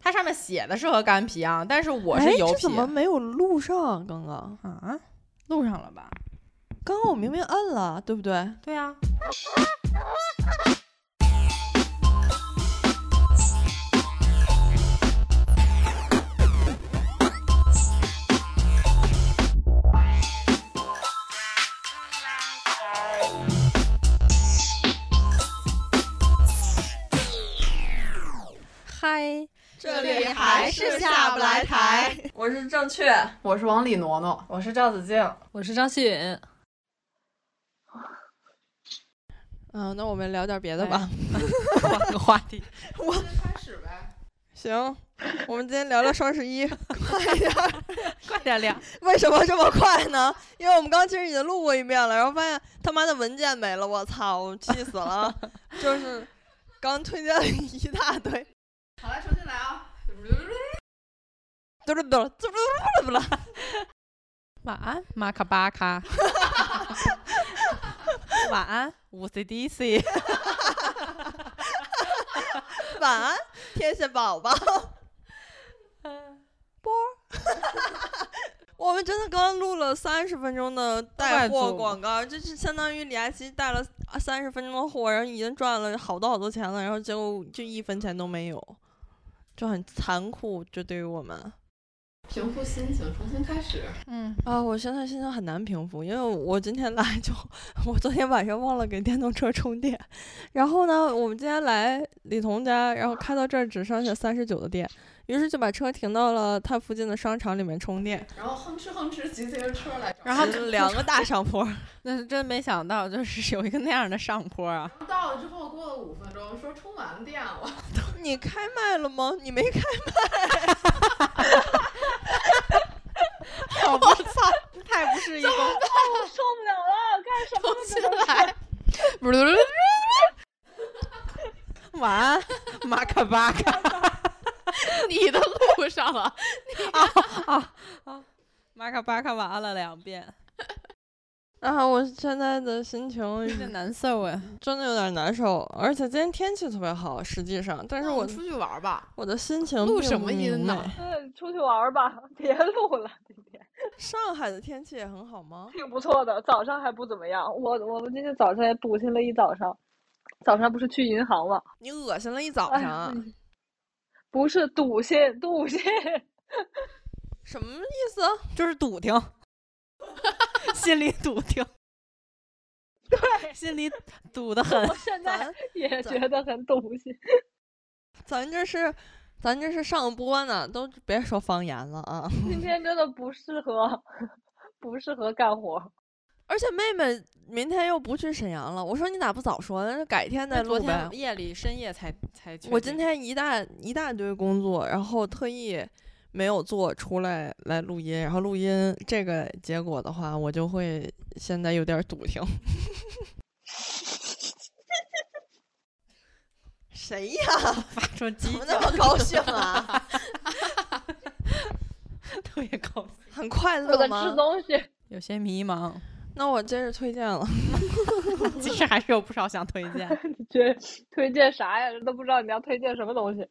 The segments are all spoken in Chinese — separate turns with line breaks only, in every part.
它上面写的是和干皮啊，但是我是油
哎，这
皮
怎么没有录上？刚刚
啊，录上了吧？
刚刚我明明摁了，对不对？
对啊，嗨，这里还是下不来台。
我是正确，我是往里挪挪，我是赵子静。
我是张希允，
嗯、那我们聊点别的吧。
换个话题。
开始呗。
行，我们今天聊聊双十一， 快一点儿！
快点聊，
为什么这么快呢？因为我们刚其实已经录过一遍了，然后发现他妈的文件没了，我操，我气死了！ 就是刚推荐了一大堆，
好了，重新来啊！
嘟噜嘟噜嘟噜嘟噜嘟噜。
晚安，马卡巴卡。 晚安，五 CDC。
晚安，天线宝 宝。波儿， 我们真的刚录了三十分钟的带货广告，这是相当于李佳琦带了三十分钟的货，然后已经赚了好多好多钱了，然后结果就一分钱都没有，就很残酷。这对于我们
平复心情，重新开始。
嗯，
啊，我现在心情很难平复，因为我今天来就 我昨天晚上忘了给电动车充电，然后呢，我们今天来李彤家，然后开到这儿只剩下三十九的电，于是就把车停到了他附近的商场里面充电，
然后哼哧哼哧骑自行车来找。
然后
就 是两个大 上坡，
那是真没想到，就是有一个那样的上坡啊！
到了之后，过了五分钟，说充完电了。
你开麦了吗？你没开
我操， 太不是一个
我受不了了，干什么
东西来。晚安， 马卡巴卡。
你的路上了。
哦马卡巴卡，晚安了两遍，
啊，我现在的 心情
有点难受哎。
真的有点难受，而且今天天气特别好，实际上，但是我
出去玩吧。
我的心情
哦录
并
什么
不
音
明
呢
媚？
嗯，出去玩儿吧，别录了，今天
上海的天气也很好吗？
挺不错的，早上还不怎么样。我我们今天早上也堵心了一早上，早上不是去银行吗？
你恶心了一早
哎
上啊。
嗯不是堵心，堵心，
什么意思？
就是笃定， 心里笃定， 对，心里堵得很。
我现在
咱
也
咱
觉得很堵心。
咱这是，咱这是上播呢，都别说方言了啊！
今天真的不适合， 不适合干活。
而且妹妹明天又不去沈阳了，我说你咋不早说呢？那改天再
昨
录呗
天。夜里深夜才才确定，
我今天一大一大堆工作，然后特意没有做出来来录音，然后录音这个结果的话，我就会现在有点笃定。 谁呀？
发出
怎
鸡
么那
叫，
么高兴啊？
特别高 兴，
很快
我
乐
在
吗
吃？东西，
有些迷茫。
那我接着推荐了。
其实还是有不少想推 荐，
这推荐啥呀？都不知道你要推荐什么东西。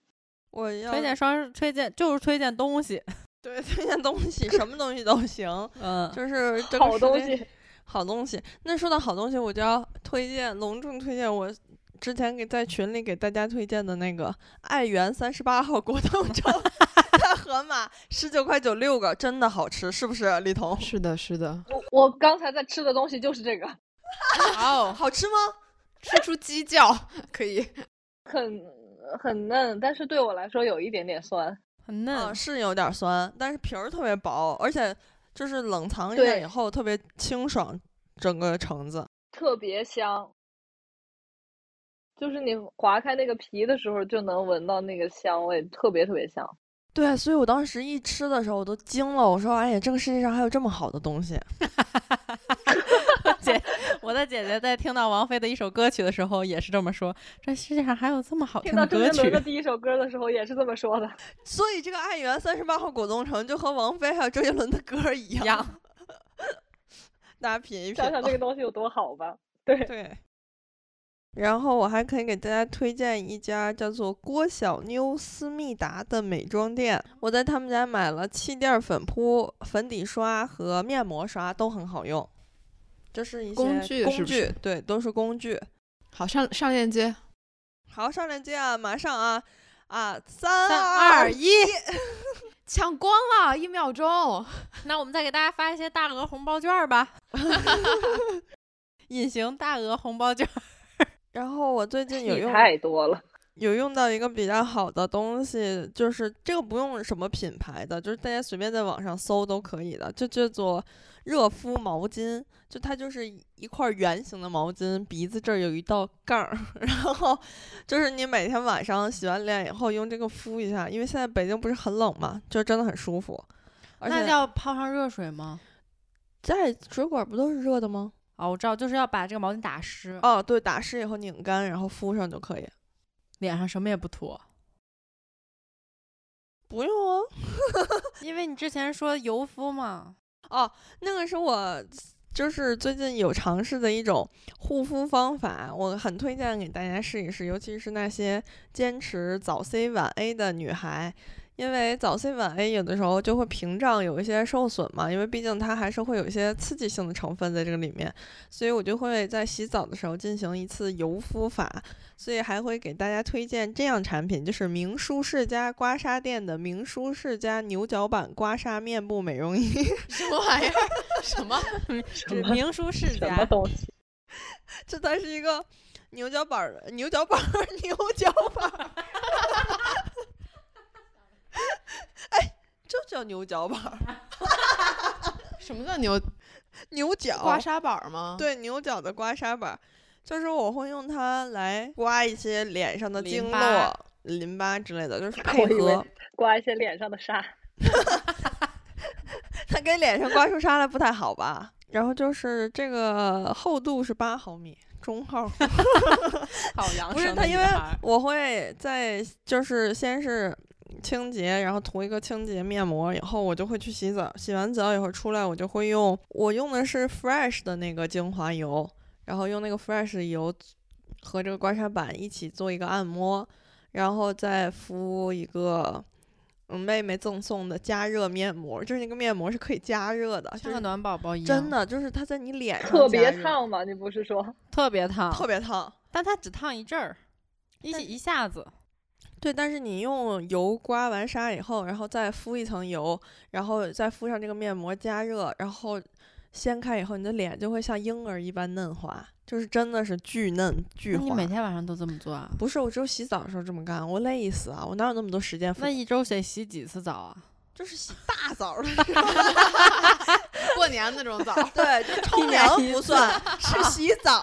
我要
推荐双推荐就是推荐东西，
对 推荐东西，什么东西都行，
嗯，
就是这个
好
世
东
界
西，
好东西。那说到好东西，我就要推荐，隆重推荐我之前给在群里给大家推荐的那个爱媛三十八号果 冻粥，在盒马十九块九六个，真的好吃，是不是李彤？
是的，是的。
我我刚才在吃的东西就是这个。
哦，
好吃吗？啊
吃出鸡叫，可以。
很很嫩，但是对我来说有一点点酸。
很
嗯，
嫩，
是有点酸，但是皮儿特别薄，而且就是冷藏一下
对
以后特别清爽，整个橙子。
特别香，就是你划开那个皮的时候就能闻到那个香味，特别特别香。
对，啊所以我当时一吃的时候我都惊了，我说：“哎呀，这个世界上还有这么好的东西！”
姐， 我的姐姐在听到王菲的一首歌曲的时候也是这么说，这世界上还有这么好
听
听
到
的
周
歌
杰伦的
曲，
第一首歌的时候也是这么说的。
所以这个爱媛三十八号果冻城就和王菲还有周杰伦的歌儿一 样，
呀，
大家品一品
想
吧。
想这个东西有多好吧。对，
对，然后我还可以给大家推荐一家叫做郭小妞思密达的美妆店，我在他们家买了气垫粉扑、粉底刷和面膜刷，都很好用。这是一些
工具
工
是不
具
是
对，都是工具。
好，上上链接。
好，上链接啊，马上啊啊，三
三
二
二
一，
抢光了，一秒钟。
那我们再给大家发一些大额红包券儿 吧，隐形大额红包券儿。
然后我最近有
你
用
太多了，
有用到一个比较好的东西，就是这个不用什么品牌的，就是大家随便在网上搜都可以的，就叫做热敷毛巾，就它就是一块圆形的毛巾，鼻子这儿有一道杠儿， 然后就是你每天晚上洗完脸以后用这个敷一下，因为现在北京不是很冷嘛，就真的很舒服。而
那
且
要泡上热水吗？
在水管不都是热的吗？
哦，我知道，就是要把这个毛巾打湿，
哦，对，打湿以后拧干，然后敷上就可以。
脸上什么也不涂。
不用啊，
因为你之前说油敷嘛，
哦那个是我就是最近有尝试的一种护肤方法，我很推荐给大家试一试，尤其是那些坚持早 C 晚 A 的女孩。因为早 C 晚 A 有的时候就会屏障有一些受损嘛，因为毕竟它还是会有一些刺激性的成分在这个里面，所以我就会在洗澡的时候进行一次油敷法，所以还会给大家推荐这样产品，就是明舒世家刮痧店的明舒世家牛角板刮痧面部美容仪。
什么玩意儿？ 什么？
什
指
么
明书世
什
家
么。东西？
这它是一个牛角板儿，牛角板儿， 牛角板儿。哎，就哎叫牛角板儿，
什么叫牛哦
牛角
刮痧板吗？，
对牛角的刮痧板儿，就是我会用它来刮一些脸上的经
淋巴
络、淋巴之类的，就是配
我以为
合
刮一些脸上的痧。
它给脸上刮出痧来不太好吧？然后就是这个厚度是八毫米，中号。
好养
啊
不是它，因为我会在就是先是清洁，然后涂一个清洁面膜，以后我就会去洗澡。洗完澡以后出来，我就会用我用的是 Fresh 的那个精华油，然后用那个 Fresh 的油和这个刮痧板一起做一个按摩，然后再敷一个。嗯，妹妹赠送的加热面膜，就是那个面膜是可以加热的，
像
就
个
是
啊暖宝宝一样，
真的，就是它在你脸上
特别
加热，
烫嘛？你不是说
特别烫，
特别烫。
但它只烫一阵儿，一
但
一下子。
对，但是你用油刮完痧以后，然后再敷一层油，然后再敷上这个面膜加热，然后掀开以后，你的脸就会像婴儿一般嫩滑，就是真的是巨嫩巨
那你
滑。
每天晚上都这么做啊？
不是，我只有洗澡的时候这么干，我累死啊！我哪有那么多时间敷
那？一周得洗几次澡啊？
就是洗大澡的时候，
过年那种澡。
对，就冲
年
凉
一
不
次
算， 是洗澡，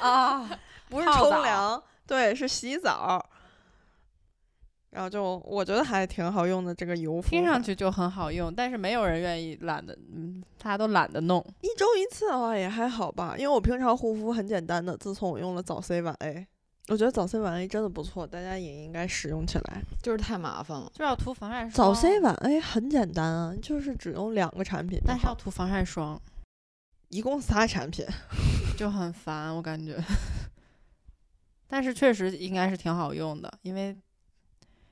啊，
不是
泡
冲
澡
凉，对，是洗澡。然后就我觉得还挺好用的这个油敷法，
听上去就很好用，但是没有人愿意懒得，嗯，大家都懒得弄。
一周一次的话也还好吧，因为我平常护肤很简单的。自从我用了早 C 晚 A，我觉得早 C 晚 A 真的不错，大家也应该使用起来。
就是太麻烦了。
就要涂防晒霜，
早 C 晚 A 很简单啊，就是只用两个产品就好，
但是要涂防晒霜
一共仨产品。
就很烦，我感觉。 但是确实应该是挺好用的，因为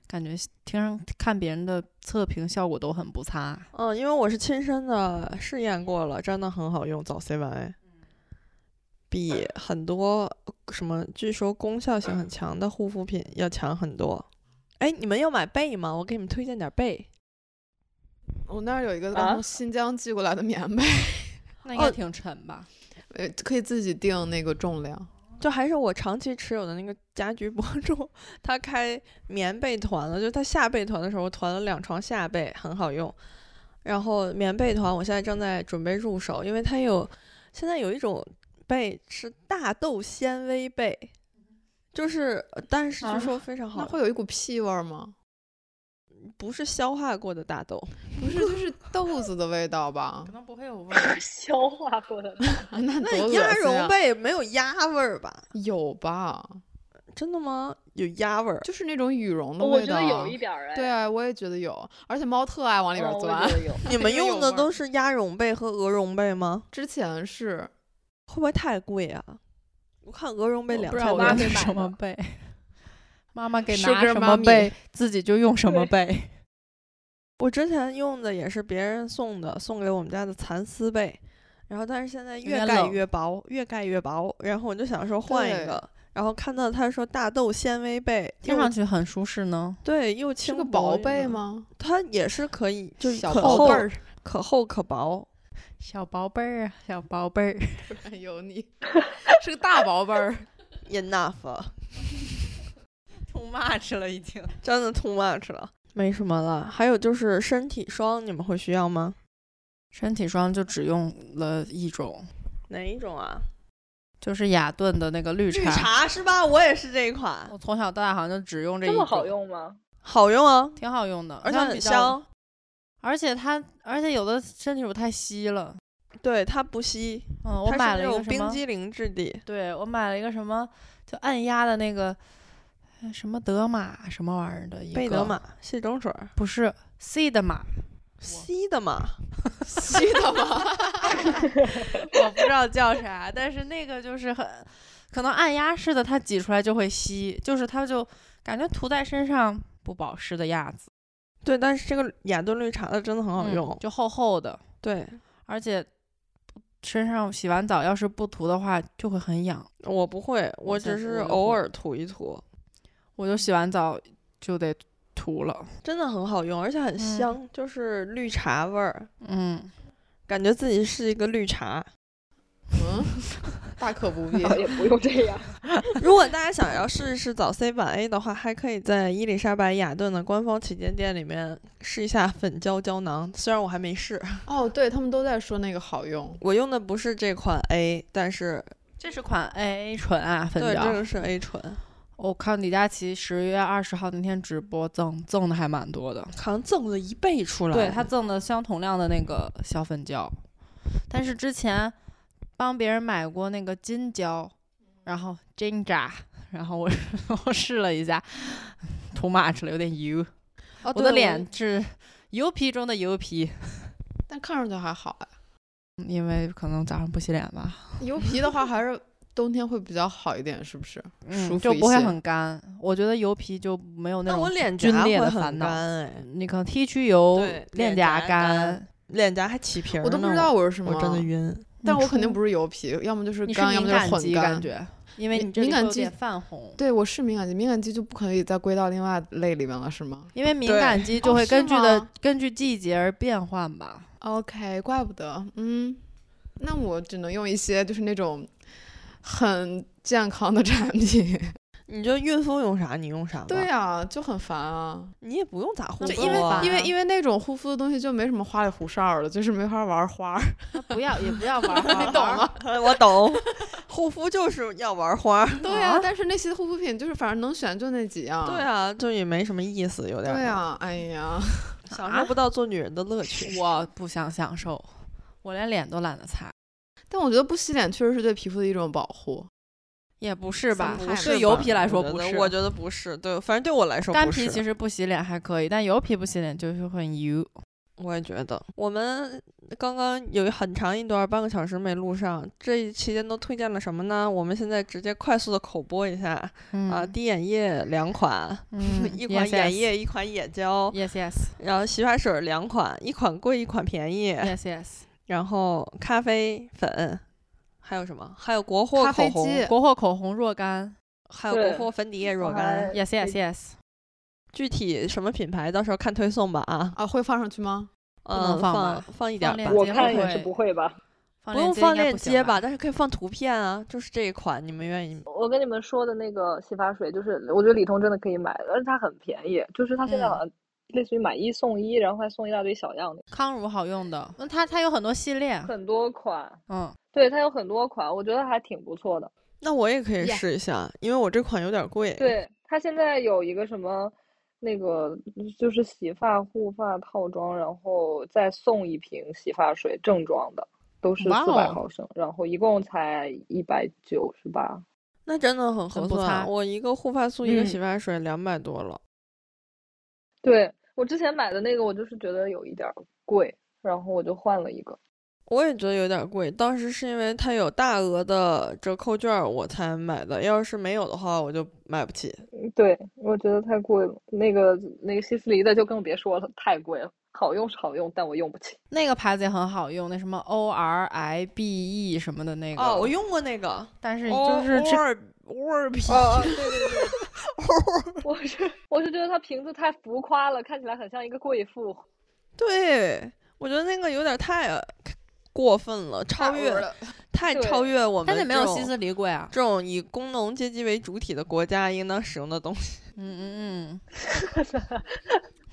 感觉听上看别人的测评效果都很不差。
嗯，因为我是亲身的试验过了，真的很好用，早 C 晚 A，比很多什么据说功效性很强的护肤品要强很多。哎，你们要买被吗？我给你们推荐点被。
我那儿有一个
啊
刚从新疆寄过来的棉被，
那应该
哦
挺沉吧？
呃，可以自己定那个重量。
就还是我长期持有的那个家居博主，他开棉被团了，就他下被团的时候团了两床下被，很好用。然后棉被团我现在正在准备入手，因为它有现在有一种被是大豆纤维被，就是呃但是据
啊
说非常好
那
用，
会有一股屁味儿吗？
不是消化过的大豆，
不是， 就是豆子的味道吧？
能不会有味儿。
消化过的？
啊那多
那
恶
鸭
心
绒
啊！
被没有鸭味儿吧？
有吧？
真的吗？有鸭味儿，
就是那种羽绒的
我
味
觉
道
得
啊。
有一点儿哎。
对啊，我也觉得有，而且猫特爱
嗯，
往里边
我
钻
也。觉得有。
你们
因为有
用的
味儿
都是鸭绒被和鹅绒被吗？
之前是
会不会太贵啊？我看鹅绒被
我
两
不知道
千
我
多
妈
用
给买
什
的
么背，妈妈给拿
Sugar
什么
mommy
背，自己就用什么
对
背。
我之前用的也是别人送的，送给我们家的蚕丝被，然后但是现在越
点
盖
冷
越薄，越盖越薄，然后我就想说换一
对
个，然后看到他说大豆纤维被，
听
又
上去很舒适呢，
对又轻
是个
薄
薄
又
被
能？
吗？
它也是可以，就是
小
可
薄
厚
被儿，
可厚可薄，
小宝贝儿啊，小宝贝 儿，
有哎 你是个大薄被儿，
enough，
too much 了已经。
真的 too much 了，没什么了。还有就是身体霜，你们会需要吗？
身体霜就只用了一种，
哪一种啊？
就是雅顿的那个绿茶。哦
绿茶是吧？我也是这一款，
我从小到大好像就只用这一
这
种，
么好，用吗？
好用啊，
挺好用的，
而且
它比
很
较。
香，
而且它，而且有的身体乳太稀了。
对它不吸，
嗯，我
它是
买了
那
一
种
个什
冰
么？
激凌质地。
对我买了一个什么，就按压的那个呃什么德玛什么玩意儿的一个，
贝德玛卸妆水儿，
不是 C 的玛，
吸的嘛，
吸的 吗？
我不知道叫啥，但是那个就是很可能按压式的，它挤出来就会吸，就是它就感觉涂在身上不保湿的样子，
对，但是这个雅顿绿茶的真的很好
嗯
用，
就厚厚的，
对，
而且身上洗完澡要是不涂的话就会很痒，
我不会，我
现
只
在
是
我也
偶
会
尔涂一涂，
我就洗完澡就得涂了，
真的很好用，而且很
嗯
香，就是绿茶味儿，
嗯，
感觉自己是一个绿茶。
嗯，大可不必。
倒也不用这样。
如果大家想要试一试早 C 晚 A 的话，还可以在伊丽莎白雅顿的官方旗舰店里面试一下粉胶胶囊。虽然我还没试，
哦，对他们都在说那个好用，
我用的不是这款 A，但是
这是款 AA 醇啊粉
对
胶，
这个是 A 醇，
我看李佳琦十月二十号那天直播赠赠的还蛮多的，
好像赠了一倍出来。
对他赠的相同量的那个小粉胶，但是之前帮别人买过那个金胶，然后 ginger，然后我 我试了一下，too much 了，有点油，
哦、
我
对
的脸，是油皮中的油皮，
但看上去还好呀、
嗯因为可能早上不洗脸吧，
油皮的话，还是冬天会比较好一点，是不是？舒
嗯，
服
就
一
不会
些
很干，我觉得油皮就没有那
但我
种，
脸
皲
颊
裂
会
的
很
烦恼
干哎，
你可能 T 区油
对，脸
脸
颊
颊干，
脸颊还起皮儿呢，
我都不知道我是什么，
我真的晕。
但
你
我肯定
出
不是油皮，要么就是
你是
干，要
敏
么就是
感
混
肌
干。
感觉，因为
敏
你这
敏
里
感
会有
肌
点泛红。
对，我是敏感肌，敏感肌就不可以再归到另外类里面了，是吗
因为敏
对
感肌就
哦
会
是
根据的、
吗
根据季节而变换吧。
？OK，怪不得，嗯，那我只能用一些就是那种很健康的产品。
你就孕妇用啥你用啥吧，
对啊，就很烦啊，
你也不用咋护
那
就
肤
不
啊，
因为
够啊
因为因为那种护肤的东西就没什么花里胡哨的，就是没法玩花儿，
不要也不要玩儿 花，
你懂吗？
我懂，护肤就是要玩花。
对啊，但是那些护肤品就是反正能选就那几样。
对。啊，就也没什么意思，有点儿
对啊，哎呀，
享受不到做女人的乐趣。
啊我不想享受，我连脸都懒得擦，
但我觉得不洗脸确实是对皮肤的一种保护。
也不是吧？
不是
对
吧
油皮来
我
说
觉
不
得
是，
我觉得不是，对，反正对我来说
干
不
皮
是
其实不洗脸还可以，但油皮不洗脸就是很油。
我也觉得，我们刚刚有很长一段半个小时没录上，这一期间都推荐了什么呢？我们现在直接快速的口播一下、
嗯
啊，滴眼液两款，
嗯
一款
yes,
眼液，一款眼胶，
，yes yes
然后洗发水两款，一款贵，一款便宜，
yes yes，
然后咖啡粉，还有什么？还有国货
咖
口
啡
红
机，
国货口红若干
还有国
对
货粉底液若
我
干。
还
，yes yes yes，
具体什么品牌，到时候看推送吧啊。
啊，会放上去吗？
不能
嗯，
放
放
吧
放一点
放
吧
链。
我
接
看
不
也是
会
不会吧。
放
不用
接
放
应该
链
行
接
吧？
但是可以放图片啊，就是这一款，你们愿意吗？
我跟你们说的那个洗发水，就是我觉得李通真的可以买，而且它很便宜，就是它现在
嗯
好像类似于买一送一，然后还送一大堆小样的，
康乳好用的，那它它有很多系列，
很多款。
嗯，
对，它有很多款，我觉得还挺不错的。
那我也可以
Yeah
试一下，因为我这款有点贵。，
对，它现在有一个什么，那个就是洗发护发套装，然后再送一瓶洗发水正装的，都是
哇
四百
哦
毫升，然后一共才一百九十八。
那真的很合
很不
算。
差
我一个护发素，一个
嗯
洗发水，两百多了。
对，我之前买的那个，我就是觉得有一点儿贵，然后我就换了一个。
我也觉得有点贵，当时是因为它有大额的折扣券，我才买的。要是没有的话，我就买不起。
对，我觉得太贵了。那个那个西斯黎的就更别说了，太贵了。好用是好用，但我用不起。
那个牌子也很好用，那什么 O R I B E 什么的那个。
哦，我用过那个，
但是就是这。
哦 沃尔啤，
哦对对对，我是我是觉得它瓶子太浮夸了，看起来很像一个贵妇。
对，我觉得那个有点太过分了，超越太超越我们。
它那没有西斯离贵啊，
这种以工农阶级为主体的国家应当使用的东西。
嗯嗯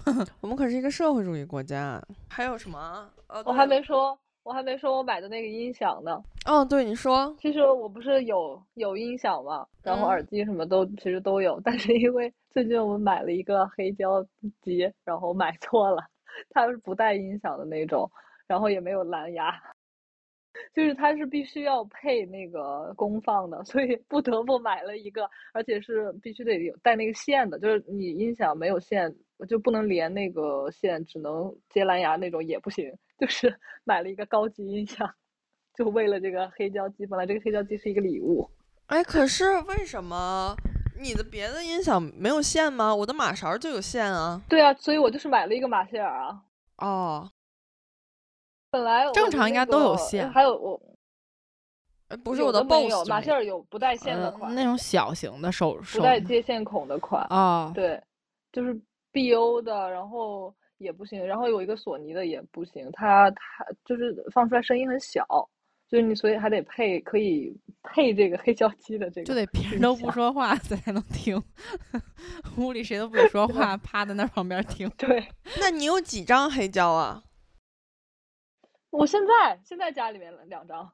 嗯，我们可是一个社会主义国家。啊还有什么？呃、哦，
我还没说。我还没说我买的那个音响呢。
哦，对，你说，
其实我不是有有音响嘛，然后耳机什么都、嗯、其实都有，但是因为最近我们买了一个黑胶机，然后买错了，它是不带音响的那种，然后也没有蓝牙， 就是它是必须要配那个功放的，所以不得不买了一个，而且是必须得有带那个线的，就是你音响没有线。我就不能连那个线，只能接蓝牙那种也不行。就是买了一个高级音响，就为了这个黑胶机。本来这个黑胶机是一个礼物。
哎，可是为什么你的别的音响没有线吗？我的马勺就有线啊。
对啊，所以我就是买了一个马歇尔啊。
哦。
本来、那
个、正常应该都有线。
还有我。
哎不是我的 BOSS，
马歇尔有不带线的款、
呃，那种小型的手手
不带接线孔的款
啊。
哦、对，就是。B O 的，然后也不行，然后有一个索尼的也不行，它它就是放出来声音很小，就是你所以还得配可以配这个黑胶机的这个，
就得别人都不说 话才能听， 屋里谁都不许说 话，趴在那旁边听。
对，
那你有几张黑胶啊？
我现在现在家里面两张，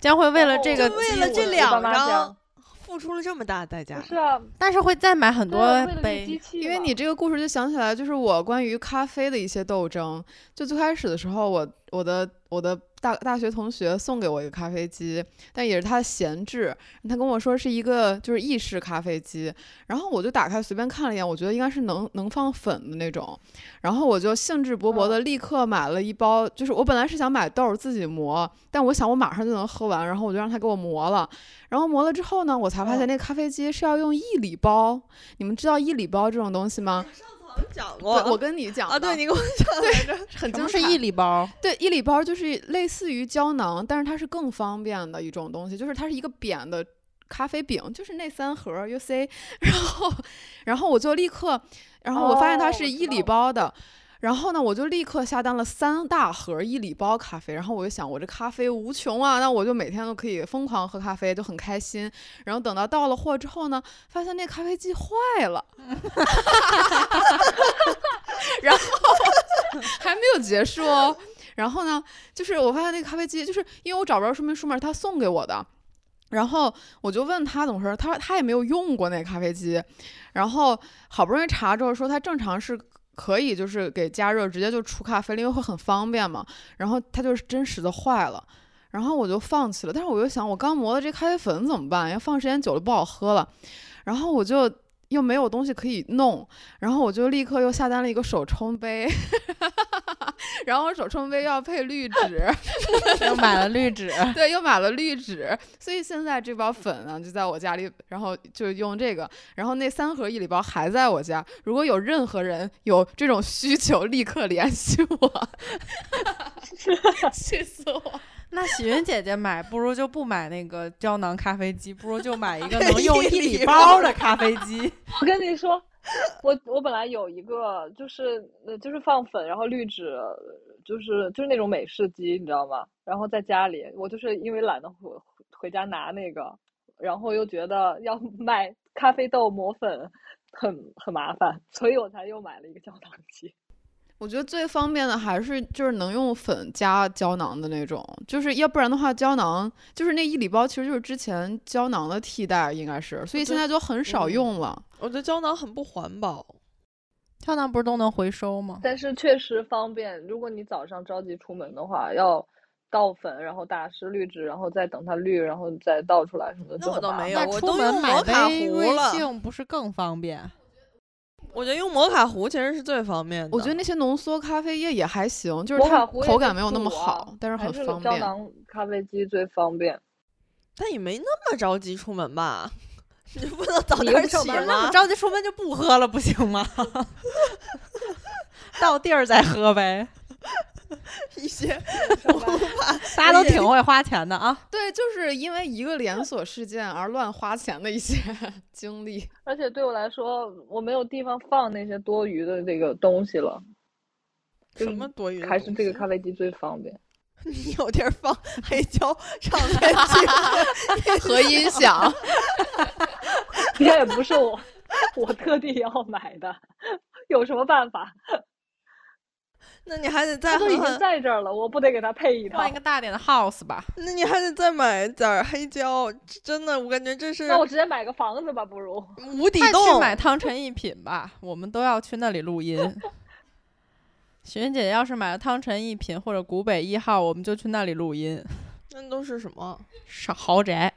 将会为了这个，
哦为了这两张。付出了这么大的代价，
是啊，
但是会再买很多杯，
因为你这个故事就想起来，就是我关于咖啡的一些斗争。就最开始的时候我，我我的我的大大学同学送给我一个咖啡机，但也是他闲置，他跟我说是一个就是意式咖啡机，然后我就打开随便看了一眼，我觉得应该是能能放粉的那种，然后我就兴致勃勃的立刻买了一包，嗯、就是我本来是想买豆自己磨，但我想我马上就能喝完，然后我就让他给我磨了。然后磨了之后呢，我才发现那咖啡机是要用一里包。哦、你们知道一里包这种东西吗？
上次好像讲过，
我跟你讲
啊，对你跟我讲
对，很精
是一里包。
对，一里包就是类似于胶囊，但是它是更方便的一种东西，就是它是一个扁的咖啡饼，就是那三盒 U C。然后，然后我就立刻，然后我发现它是一里包的。
哦
然后呢，我就立刻下单了三大盒一礼包咖啡。然后我就想，我这咖啡无穷啊，那我就每天都可以疯狂喝咖啡，就很开心。然后等到到了货之后呢，发现那咖啡机坏了，然后 还没有结束哦。然后呢，就是我发现那咖啡机，就是因为我找不着说明书嘛，是他送给我的。然后我就问他怎么回事，他他也没有用过那咖啡机。然后好不容易查之后说，他正常是。可以，就是给加热，直接就出咖啡了，因为会很方便嘛。然后它就是真实的坏了，然后我就放弃了。但是我又想，我刚磨的这咖啡粉怎么办？要放时间久了不好喝了。然后我就又没有东西可以弄，然后我就立刻又下单了一个手冲杯， 然后手冲杯要配滤纸，
又买了滤 纸，
对，又买了滤纸。所以现在这包粉呢、啊、就在我家里，然后就用这个，然后那三盒一礼包还在我家。如果有任何人有这种需求，立刻联系 我。气死我！
那喜云姐姐买，不如就不买那个胶囊咖啡机，不如就买一个能用一礼包的咖啡机。
我跟你说，我我本来有一个，就是呃就是放粉，然后滤纸，就是就是那种美式机，你知道吗？然后在家里，我就是因为懒得回回家拿那个，然后又觉得要 买咖啡豆磨粉很很麻烦，所以我才又买了一个胶囊机。
我觉得最方便的还是就是能用粉加胶囊的那种，就是要不然的话，胶囊就是那一礼包，其实就是之前胶囊的替代，应该是，所以现在就很少用了。
我觉得胶囊很不环保，
胶囊不是都能回收吗？
但是确实方便，如果你早上着急出门的话，要倒粉，然后打湿滤纸，然后再等它滤，然后再倒出来什么的。
那我倒没有，我
出门买杯瑞幸不是更方便？
我觉得用摩卡壶其实是最方便的。
我觉得那些浓缩咖啡液也还行，就是
摩
它
卡壶也
口
可
感
以
没有那
煮
么
啊
好，但是
还
很
是
方
胶
便。
囊咖啡机最方便。
但也没那么着急出门吧？ 你不能早
你又
点
不上
起
班
那
吗
么？着急出门就不喝了，不行吗？ 到地儿再喝呗，
一 些
大家都挺会花钱的啊。
对，就是因为一个连锁事件而乱花钱的一些 经历。
而且对我来说，我没有地方放那些多余的这个东西了，
什么多余的
还是这个
东
咖啡机最方便。
西，你有地儿放黑胶唱片机
和音响，
这也不是我我特地要买的，有什么办法？
那你还得再
它都已
狠
经
狠，
在这儿了，我不得给它配一套
换一？个大点的 house 吧，
那你还得再买点儿黑胶，这真的，我感觉这是
那我直接买个房子吧，不如。
无底
快去
洞。
买汤臣一品吧，我们都要去那里录 音。雪云姐姐要是买了汤臣一品或者古北一号，我们就去那里录音，
那都是什 么？
是豪 宅。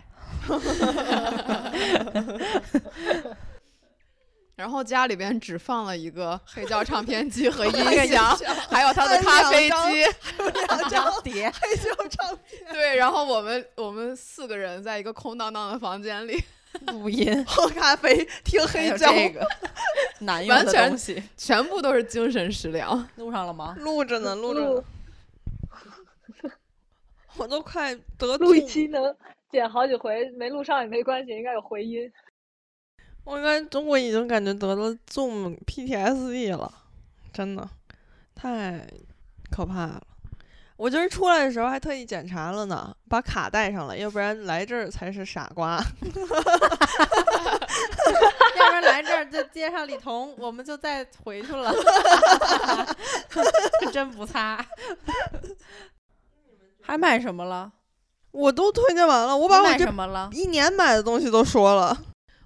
然后家里边只放了一个黑胶唱片机和音响， 还有他的咖啡机。
两张碟黑胶 唱片，
对，然后我们我们四个人在一个空荡荡的房间里，
录音，
喝咖啡，听
还
黑
有
胶，
这 个难用
完
的
全
东西，
全部都是精神食粮。
录上了吗？
录着呢，录着呢， 我都快得
录一
吐
期能剪好几回，没录上也没关系，应该有回音。
我应该中国已经感觉得了 Zoom PTSD 了，真的太可怕了。我今儿出来的时候还特意检查了呢，把卡带上了，要不然来这儿才是傻瓜。
要不然来这儿就接上李彤，我们就再回去了。 真不擦， 还买什么了？
我都推荐完了，我
我
把我
买
这
什么了？
一年买的东西都说了。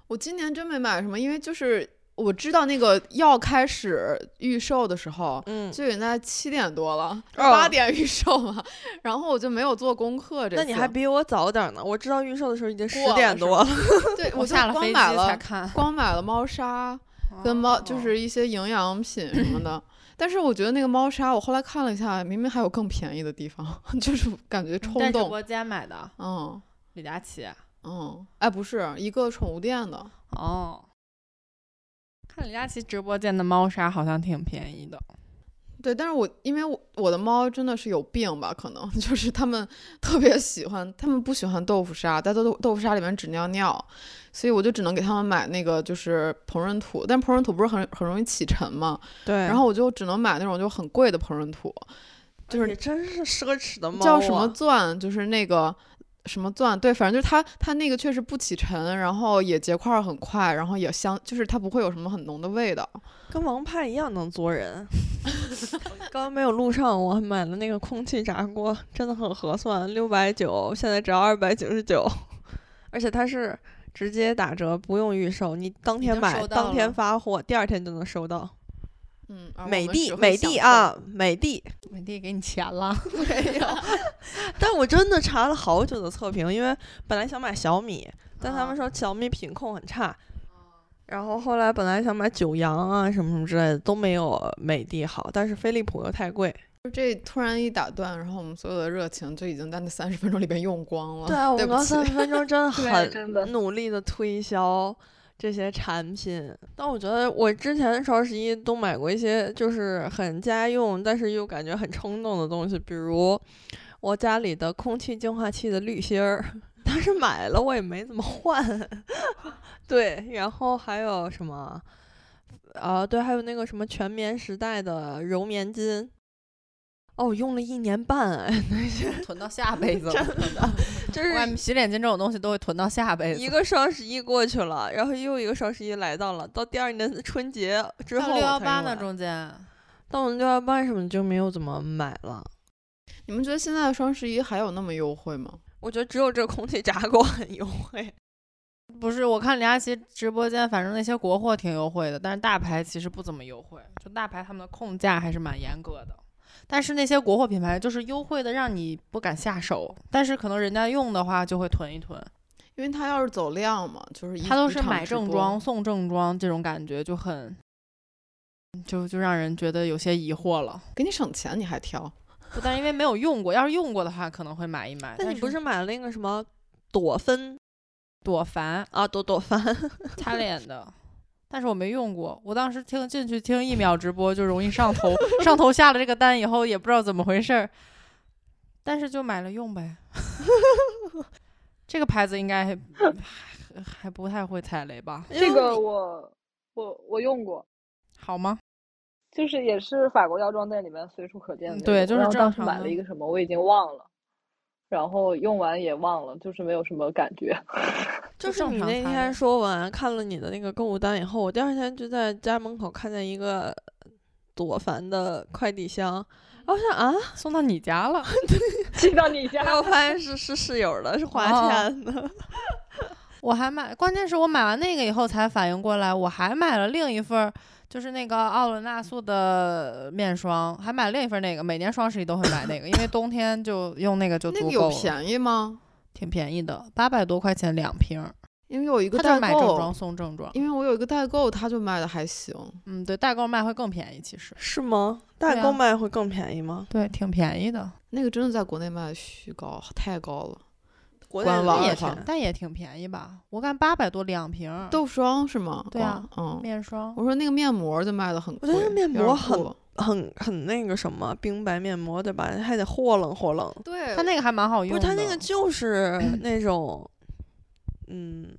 我今年真没买什么，因为就是我知道那个要开始预售的时候，
嗯，
就已经在七点多了，
哦
八点预售嘛，然后我就没有做功课这 次。
那你还比我早点呢，我知道预售的时候已经十
过了
点
是
多了。
对
我
就
下了
光
飞机
买了
才看，哦
光买了猫砂跟猫，就是一些营养品什么
嗯
的。 但是我觉得那个猫砂，我后来看了一下，明明还有更便宜的地方， 就是感
在
觉冲
直
动。
播间买的，
嗯
李佳琦。
嗯，哎，不是一个宠物店的，
哦，看李佳琦直播间的猫砂好像挺便宜的。
对。但是我因为我我的猫真的是有病吧，可能 就是它们特别喜欢，它们不喜欢豆腐砂，在豆豆腐砂里面只尿尿，所以我就只能给它们买那个就是膨润土，但膨润土不是很很容易起尘嘛，
对，
然后我就只能买那种就很贵的膨润土。
就是真是奢侈的猫、啊，
叫什么钻，就是那个什么钻，对，反正就是它，它那个确实不起尘，然后也结块儿很快，然后也香，就是它不会有什么很浓的味道。
跟王派一样能作 人。刚刚没有录上，我还买了那个空气炸锅，真的很合算，六百九，现在只要二百九十九，而且它是直接打折，不用预售，你当天
经
买，
收到
当天
了
发货，第二天就能收到。
嗯，而
美
我们
的
只，会
美
享
的
受，
啊，美的。
美帝给你钱了，
但我真的查了好久的测评，因为本来想买小米，但他们
啊
说小米品控很差。然后后来本来想买九阳啊什么什么之类的都没有美的好，但是飞利浦又太贵。
就这突然一打断，然后我们所有的热情就已经在那三十分钟里边用光了。
对啊，我
对
们
不
刚
起
三十分钟真 的
对
很嗯
真的
努力的推销这些产品，但我觉得我之前双十一都买过一些就是很家用，但是又感觉很冲动的东西，比如我家里的空气净化器的滤芯儿， 当时买了我也没怎么换， 对，然后还有什么？啊，对，还有那个什么全棉时代的柔棉巾，哦，我用了一年半， 哎，
囤到下辈子了。
真
真 的，
这
我
是
感觉洗脸巾这种东西都会囤到下辈子。
一个双十一过去了，然后又一个双十一来到了，到第二年的春节之
到
后
六幺八
那
呢，
种，
中间
到我们六幺八什么就没有怎么买了。
你们觉得现在的双十一还有那么优惠吗？
我觉得只有这个空气炸锅很 优惠，
不是，我看李佳琦直播间，反正那些国货挺优惠的，但是大牌其实不怎么优惠，就大牌他们的控价还是蛮严格的。但是那些国货品牌就是优惠的，让你不敢下手，但是可能人家用的话就会囤一囤。
因为它要是走量嘛，就是一
他都
一
是
场
买
直
正
播
装送正装这种感觉就很就就让人觉得有些疑惑了。
给你省钱，你还挑？
不，但因为没有用过，要是用过的话可能会买一买。
那
但
你不是买了那个什么朵芬
朵凡
啊？朵朵芬
擦脸的？但是我没用过，我当时听进去听一秒直播就容易上头，上头下了这个单以后也不知道怎么回事儿，但是就买了用呗。这个牌子应该还还不太会踩雷吧？
因为
这个我我我用过，
好吗？
就是也是法国药妆店里面随处可见的
嗯
那种。
对就是
然后
正
当时
常
买
的
了一个什么，我已经忘了，然后用完也忘了，就是没有什么感觉。
就
就是正
你
常
那
擦
天
呗
说完看了你的那个购物单以后，我第二天就在家门口看见一个朵凡的快递箱，然后我想啊，
送到你家了，
寄到你家
然，后发现是是室友的，是花
哦
钱的。
我还买，关键是我买完那个以后才反应过来，我还买了另一份儿，就是那个奥伦纳素的面霜，还买了另一份儿那个，每年双十一都会买那个，因为冬天就用那个就
那
足
个
够
有
了，
便宜吗？
挺便宜的，八百多块钱两瓶儿，
因为有一个
他
代
就买正
购
装，送正装，
因为我有一个代购，他就卖的还行。
嗯，对，代购卖会更便宜，其实
是吗？
对
代
啊
购卖会更便宜吗？
对，挺便宜的，
那个真的在国内卖的虚高，太高了。
国内
官
的
网
但
多
也
少
的
挺
话
钱？
但也挺便宜吧，我看八百多两瓶儿
豆霜是吗？
对啊
哇，嗯。
面霜，
我说那个面膜就卖的很
我
贵，
觉得面
有
膜
点
很
过
很很那个什么冰白面膜对吧？还得和楞和楞。
对，
它那个还蛮好
不
用
是，
的，
它那个就是 那种，嗯，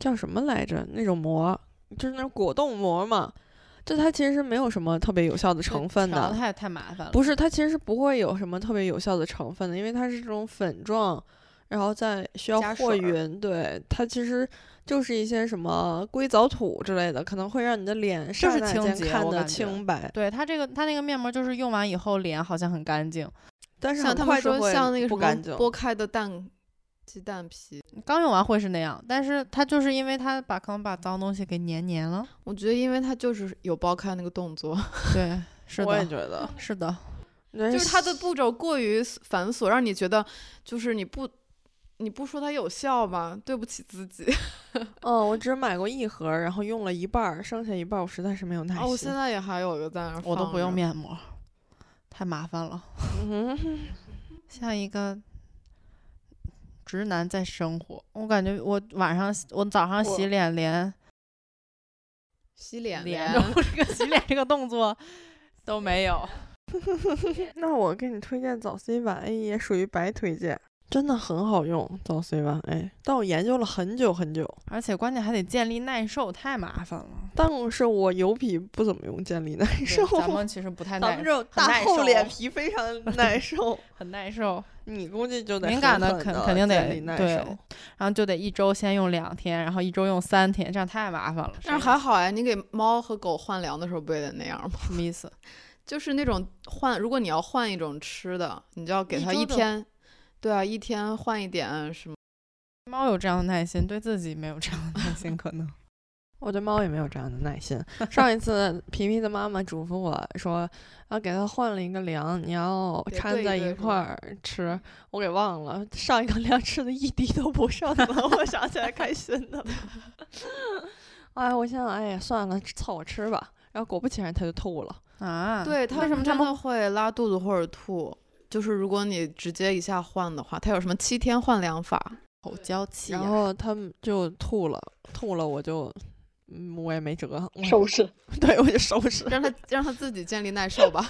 叫什么来着？那种膜，就是那种果冻膜嘛。就它其实没有什么特别有效的成分
调
的，
太太麻烦了，
不是，它其实是不会有什么特别有效的成分的，因为它是这种粉状，然后再需要
加
和
水儿
匀。对，它其实就是一些什么硅藻土之类的，可能会让你的脸
就
刹
是
那
清
间
洁
看
我
得
感觉
清白，
对它这个，它那个面膜就是用完以后脸好像很干净。
但是
像
很
他
快
们
就
说
会
像那个什
不
么
干净。
剥开的蛋鸡蛋皮，
刚用完会是那样，但是它就是因为它把可能把脏东西给粘粘了。
我觉得因为它就是有剥开那个 动作，
对，是
我也
的，
觉得，
是的，
就是它的步骤过于繁琐，让你觉得就是你不你不说它有效吧，对不起自己。
嗯，我只买过一盒儿，然后用了一半儿，剩下一半儿我实在是没有耐心。
哦，我 现在也还有一个在那儿，
我都不用。面膜，太麻烦了，
嗯 哼，
像一个直男在生活。我感觉我晚上我早上洗
我
脸连
洗脸
连 着这个 洗脸这个动作都没有。
那我给你推荐早 C 晚 A 也属于白推荐，真的很好用早 C 晚 A，但我研究了很久很久，
而且关键还得建立耐受，太麻烦了。
但是我油皮不怎么用健力耐
对
受，
咱们其实不太
嗯 咱
耐
们这，种大
耐
厚
受
脸
哦
皮非常 耐受，
很耐受。
你估计就得
敏感
的
的肯肯定得
耐
对
受。
然后就得一周先用两天，然后一周用三天，这样太麻烦了。
但是还好哎，你给猫和狗换粮的时候不也得那样吗？
什么意思？
就是那种换，如果你要换一种吃的，你就要给
一
它
周
一
的
天，对啊，一天换一点啊什么。
猫有这样的耐心，对自己没有这样的耐心，可 能
我对猫也没有这样的耐心。上一次皮皮的妈妈嘱咐我说，要给它换了一个粮，你要
得
掺
兑一
在
兑
一
是吧
块儿吃。我给忘了，上一个粮吃的一滴都不剩了，我想起来开心的。哎，我想，哎呀，算了，凑合吃吧。然后果不其然，它就吐了。
啊。
对，它
为什么他
真
们
的会拉肚子或者吐？就是如果你直接一下换的话，它有什么七天换粮法？
好娇气呀、
然后它们就吐了，吐了，我就，嗯，我也没辙，我
收拾。
对我就收 拾。
让它让它自己建立耐受 吧。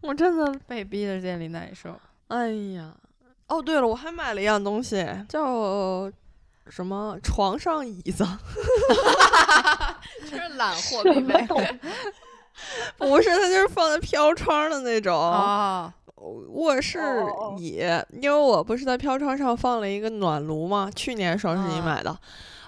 我真的
被逼的建立耐受。
哎呀，哦，对了，我还买了一样东西，叫什么床上椅子，
就是 懒货必备。
不是，它就是放在飘窗的那种、
哦，
卧室
哦哦
椅，因为我不是在飘窗上放了一个暖炉嘛，去年双十一
啊
买的。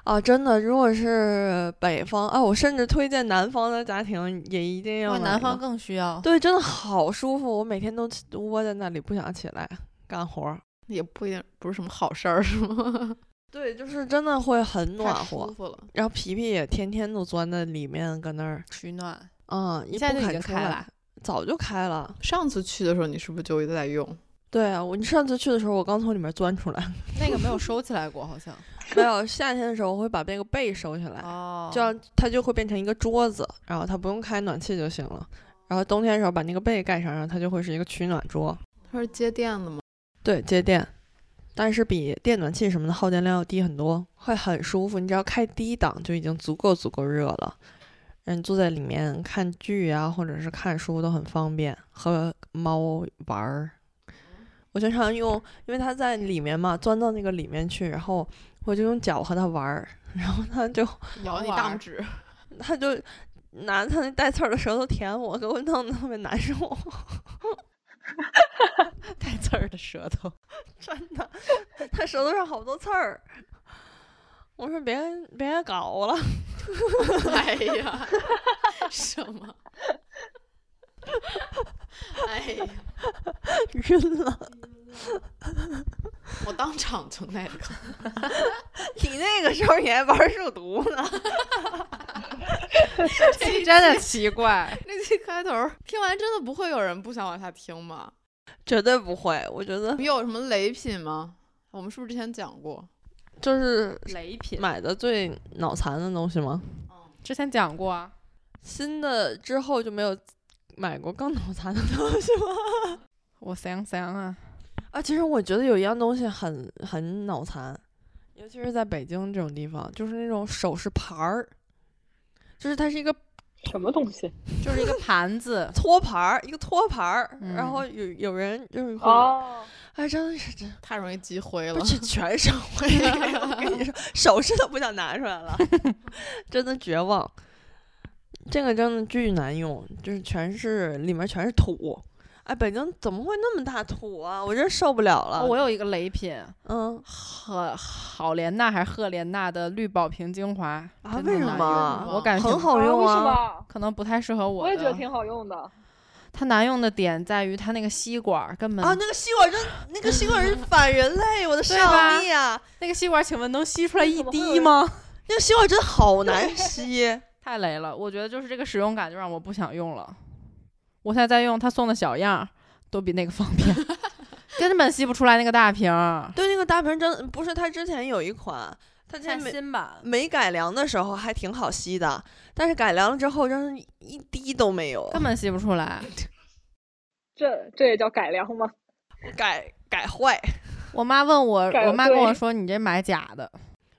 啊，真的，如果是北方啊，我甚至推荐南方的家庭也一定要
哇，
买
南方
的
更需要。
对，真的好舒服，我每天都窝在那里不想起来干活儿。
也不一定不是什么好事儿，是吗？
对，就是真的会很暖
太
和
舒。服了。
然后皮皮也天天都钻在里面，搁那儿，
取暖，
嗯，一
现在
不
就已
肯
经
出
开
来
了，
早就开了。
上次去的时候，你是不是就一直在用？
对啊，我你上次去的时候，我刚从里面钻出 来。
那个没有收起来过，好像。
没有，夏天的时候我会把那个被收起来，
哦
这样它就会变成一个桌子，然后它不用开暖气就行了。然后冬天的时候把那个被盖上，然后它就会是一个取暖桌。
它是接电的吗？
对，接电，但是比电暖气什么的耗电量要低很多，会很舒服。你只要开低档就已经足够足够热了。让你坐在里面看剧啊，或者是看书都很方便，和猫玩儿。我经常用，因为它在里面嘛，钻到那个里面去，然后我就用脚和它玩儿， 然后它就
咬你大拇指，
它就拿它那带刺儿的舌头舔我，给我弄得特别难受。
带刺儿的舌头，
真的，他舌头上好多刺儿。我说别别搞了，
哎呀，什么？哎呀，
晕了。
我当场就那 个，
你那个时候你还玩数独呢？
真的 奇怪。
那期开头听完真的不会有人不想往下听吗？
绝对不会，我觉得
你有什么雷品吗？我们是不是之前讲过？
就是
雷品
买的最脑残的东西吗？
之前讲过啊，
新的之后就没有买过更脑残的东西吗？
我想想啊，
啊，其实我觉得有一样东西很很脑残，尤其是在北京这种地方，就是那种首饰盘儿，就是它是一个，
什么 东西？
就是一个盘子
托盘儿，一个托盘儿，
嗯
然后有有人就是会，
哦，
哎，真的是真，
太容易积灰了
不。 是全手绘，我跟你说，首饰都不想拿出来了，真的绝望。这个真的巨难用，就是全是里面全是土，哎，北京怎么会那么大土啊？我真受不了 了。
哦我有一个雷品，
嗯
赫好莲娜还是赫莲娜的绿宝瓶精华
啊，
真的
为什
难
么
用
啊？
我感觉
很好用
为什
啊，
么？
可能不太适合我
我也觉得
的
挺好用的。
它难用的点在于它那个吸管儿根本
啊，那个吸管真，那个 吸管是反人类，我的
对吧
上帝啊！
那个吸管，请问能吸出来一
怎么会有
滴
人
吗？
那个吸管真好难吸。
太雷了，我觉得就是这个使用感就让我不想用了。我现在在用他送的小样儿，都比那个方 便，根本吸不出来那个大瓶儿。
对，那个大瓶真不是，它之前有一款，它之前没
新版，
没改良的时候还挺好吸的，但是改良了之后，真是一滴都没有。
根本吸不出来。
这这也叫改良吗？
改改坏，
我妈问我，
改
我妈跟我
对
说你这买假的，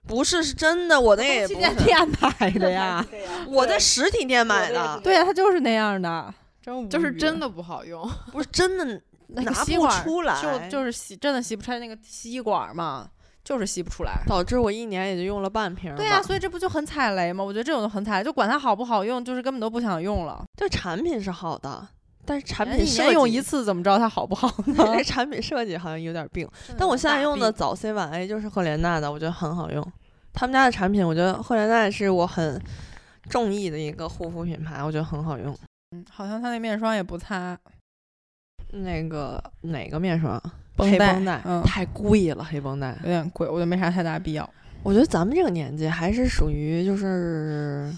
不是是真的，我那
哎
也
旗
不
舰
是，
店买的呀。
这样，
我在
对
实体店买的，
对呀，它就是那样的，真无
就是
语
真的不好用，
不是真的
那个
拿
吸
不
管儿
出来
就就是吸，真的吸不出来那个吸管儿嘛，就是吸不出来。
导致我一年也就用了半瓶儿吧。
对呀、啊所以这不就很踩雷吗？我觉得这种就很踩雷，就管它好不好用，就是根本都不想用了。
这产品是好的，但是产
人家
品
一
设
年
计
哎用一，次，怎么知道它好不好 呢？
这产品设计好像有点病。
嗯
但我现在用的早 C 晚 A 就是赫莲娜的，我觉得很好用。他们家的产品，我觉得赫莲娜是我很中意的一个护肤品牌，我觉得很好用。
嗯，好像他那面霜也不擦，
那个哪个面霜？
绷
黑
带
绷带，
嗯
太贵了，黑绷带。
有点贵，我就没啥太大必要。
我觉得咱们这个年纪还是属于就是，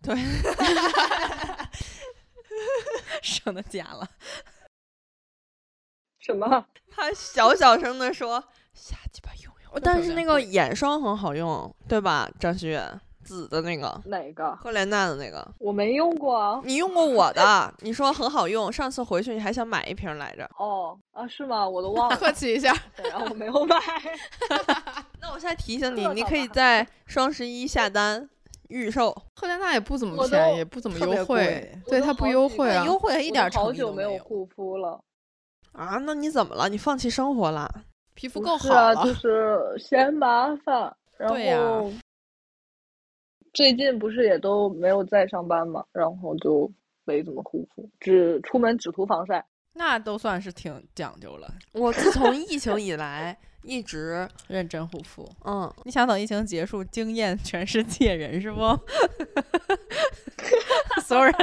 对，
省得假了，
什么？
他小小声的说，
下鸡巴用用。
但是那
有
个
点贵
眼霜很好用，对吧？张馨予紫的那个，
哪个？
赫莲娜的那个，
我没用过啊。
哦你用过我 的，你说很好用，上次回去你还想买一瓶来着。
哦啊，是吗？我都忘了，
客气一下。
然后我没有买。
那我现在提醒你，
特
你
好
可以
吧
在双十一下单预售，
赫莲娜也不怎么
我
便
都
宜，也不怎么
特别
优
贵
惠，
我
对
都
它不
好
优
几
惠
个
啊。
优惠一点
我
儿
都好
诚意
久
都
没
没
有
有。
护肤了。
啊？那你怎么了？你放弃生活啦？
皮肤
不
更
是
好
啊，
了，
就是嫌麻烦，然后
对呀
最近不是也都没有在上班嘛，然后就没怎么护肤，只出门只涂防晒。
那都算是挺讲究了，
我自从疫情以来， 一直
认真护肤。
嗯，
你想等疫情结束，惊艳全世界人是不？ 所有人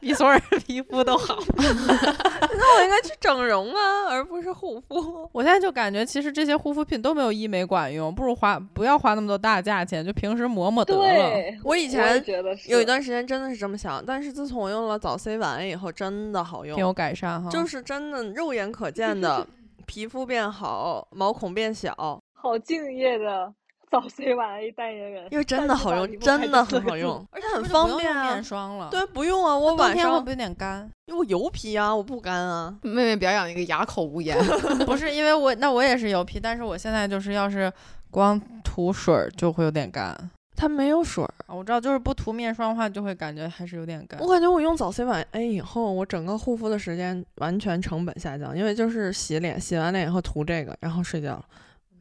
比所有人皮肤都好。
那我应该去整容啊，而不是护肤。
我现在就感觉，其实这些护肤品都没有医美管用，不如花不要花那么多大价钱，就平时磨磨得了。
对，
我以
也
前
觉得是
有一段时间真的是这么想，但是自从我用了早 C 晚 A 以后，真的好
挺
用，
有改善哈，
就是真的肉眼 可见的，皮肤变好，毛孔变小，
好敬业的早 C 晚 A 代言人，
因为真的好用，
但
真
是
的
把皮肤
很
拍成这
好
个
用， 而且很
那就不
方
用
便
用
啊
面。霜了。
对，不用啊，我
冬
晚
天会
上
不会有点干？
因为我油皮啊，我不干啊。
妹妹表演一个哑口无言，
不是因为我，那我也是油皮，但是我现在就是要是光涂水儿就会有点干。
它没有水儿，
啊我知道，就是不涂面霜的话，就会感觉还是有点干
我。感觉我用早 C 晚 A 以后，我整个护肤的时间完全成本下降，因为就是洗脸，洗完脸以后涂这个，然后睡觉了，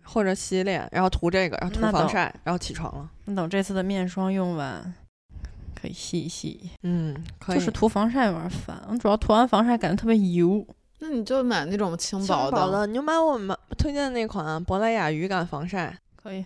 或者洗脸，然后涂这个，然后涂
那
防
倒
晒，然后起床了。
那等这次的面霜用完，可以洗一洗。
嗯，可以。
就是涂防晒有点烦，我主要涂完防晒感觉特别油。
那你就买那种轻
轻
薄
薄的，你就买我们推荐的那款啊珀莱雅鱼感防晒，
可以，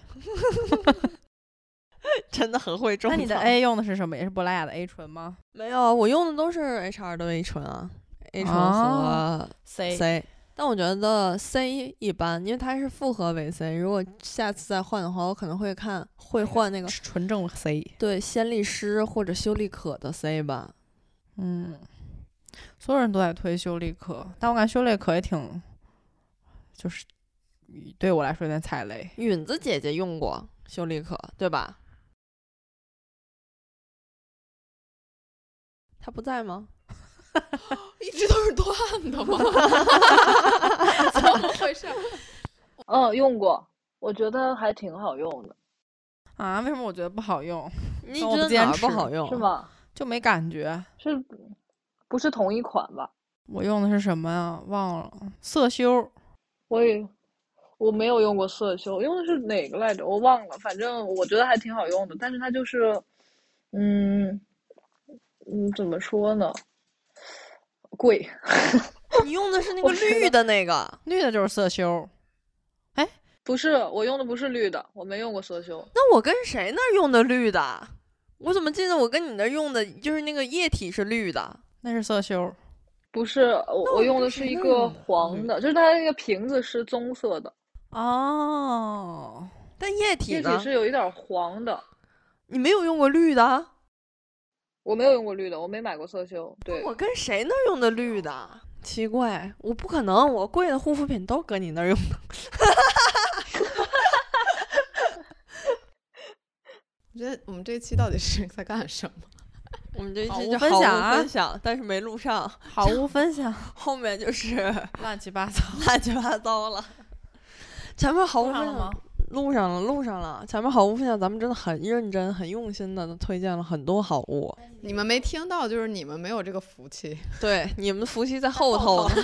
真的很会种
那
草。
你的 A 用的是什么？也是珀莱雅的 A 醇吗
没有？我用的都是 H 二的 A 醇啊，A 醇和
啊 C
C，但我觉得 C 一般，因为它是复合维 C。如果下次再换的话，我可能会看
哎
会换那个
是纯正 C。
对仙力诗或者修丽可的 C 吧。
嗯，所有人都在推修丽可，但我感觉修丽可也挺，就是对我来说有点踩雷。
允子姐姐用过修丽可，对吧？她不在吗？
一直都是段 的吗？怎么回事？
嗯，用过，我觉得还挺好用的，
啊，为什么我觉得不好用？
你
我
觉
不
得
坚
哪儿不
持
好用？啊
是？吗？
就没感觉。
是不是同一款吧？
我用的是什么呀？忘了，色修。
我也我没有用过色修，我用的是哪个来着？我忘了，反正我觉得还挺好用的。但是它就是，嗯嗯，怎么说呢？贵，
你用的是那
我
个
觉
绿的那个，
绿的就是色修，
不是我用的不是绿的，我没用过色修。
那我跟谁那儿用的绿的？我怎么记得我跟你那儿用的就是那个液体是绿的？
那是色修。
不是我，我用的是一个黄的，就是它那个瓶子是棕色的，
哦，
但液体
液
呢
体？是有一点儿黄的。
你没有用过绿的？
我没有用过绿的，我没买过色修。对，
我跟谁那儿用的绿的？奇怪，我不可能，我贵的护肤品都搁你那儿用的。
我觉得我们这期到底是在干什么？
我们这
好
期
无
就
分
毫无
享啊
分享，但是没录上，
好物分享，
后面就是
乱七八 糟。
乱七八糟了。 前面毫无
用
分
上了
享
吗？
录上了，录上了。前面好物分享，咱们真的很认真、很用心的推荐了很多好物。
你们没听到，就是你们没有这个福气。
对，你们的福气在后头呢。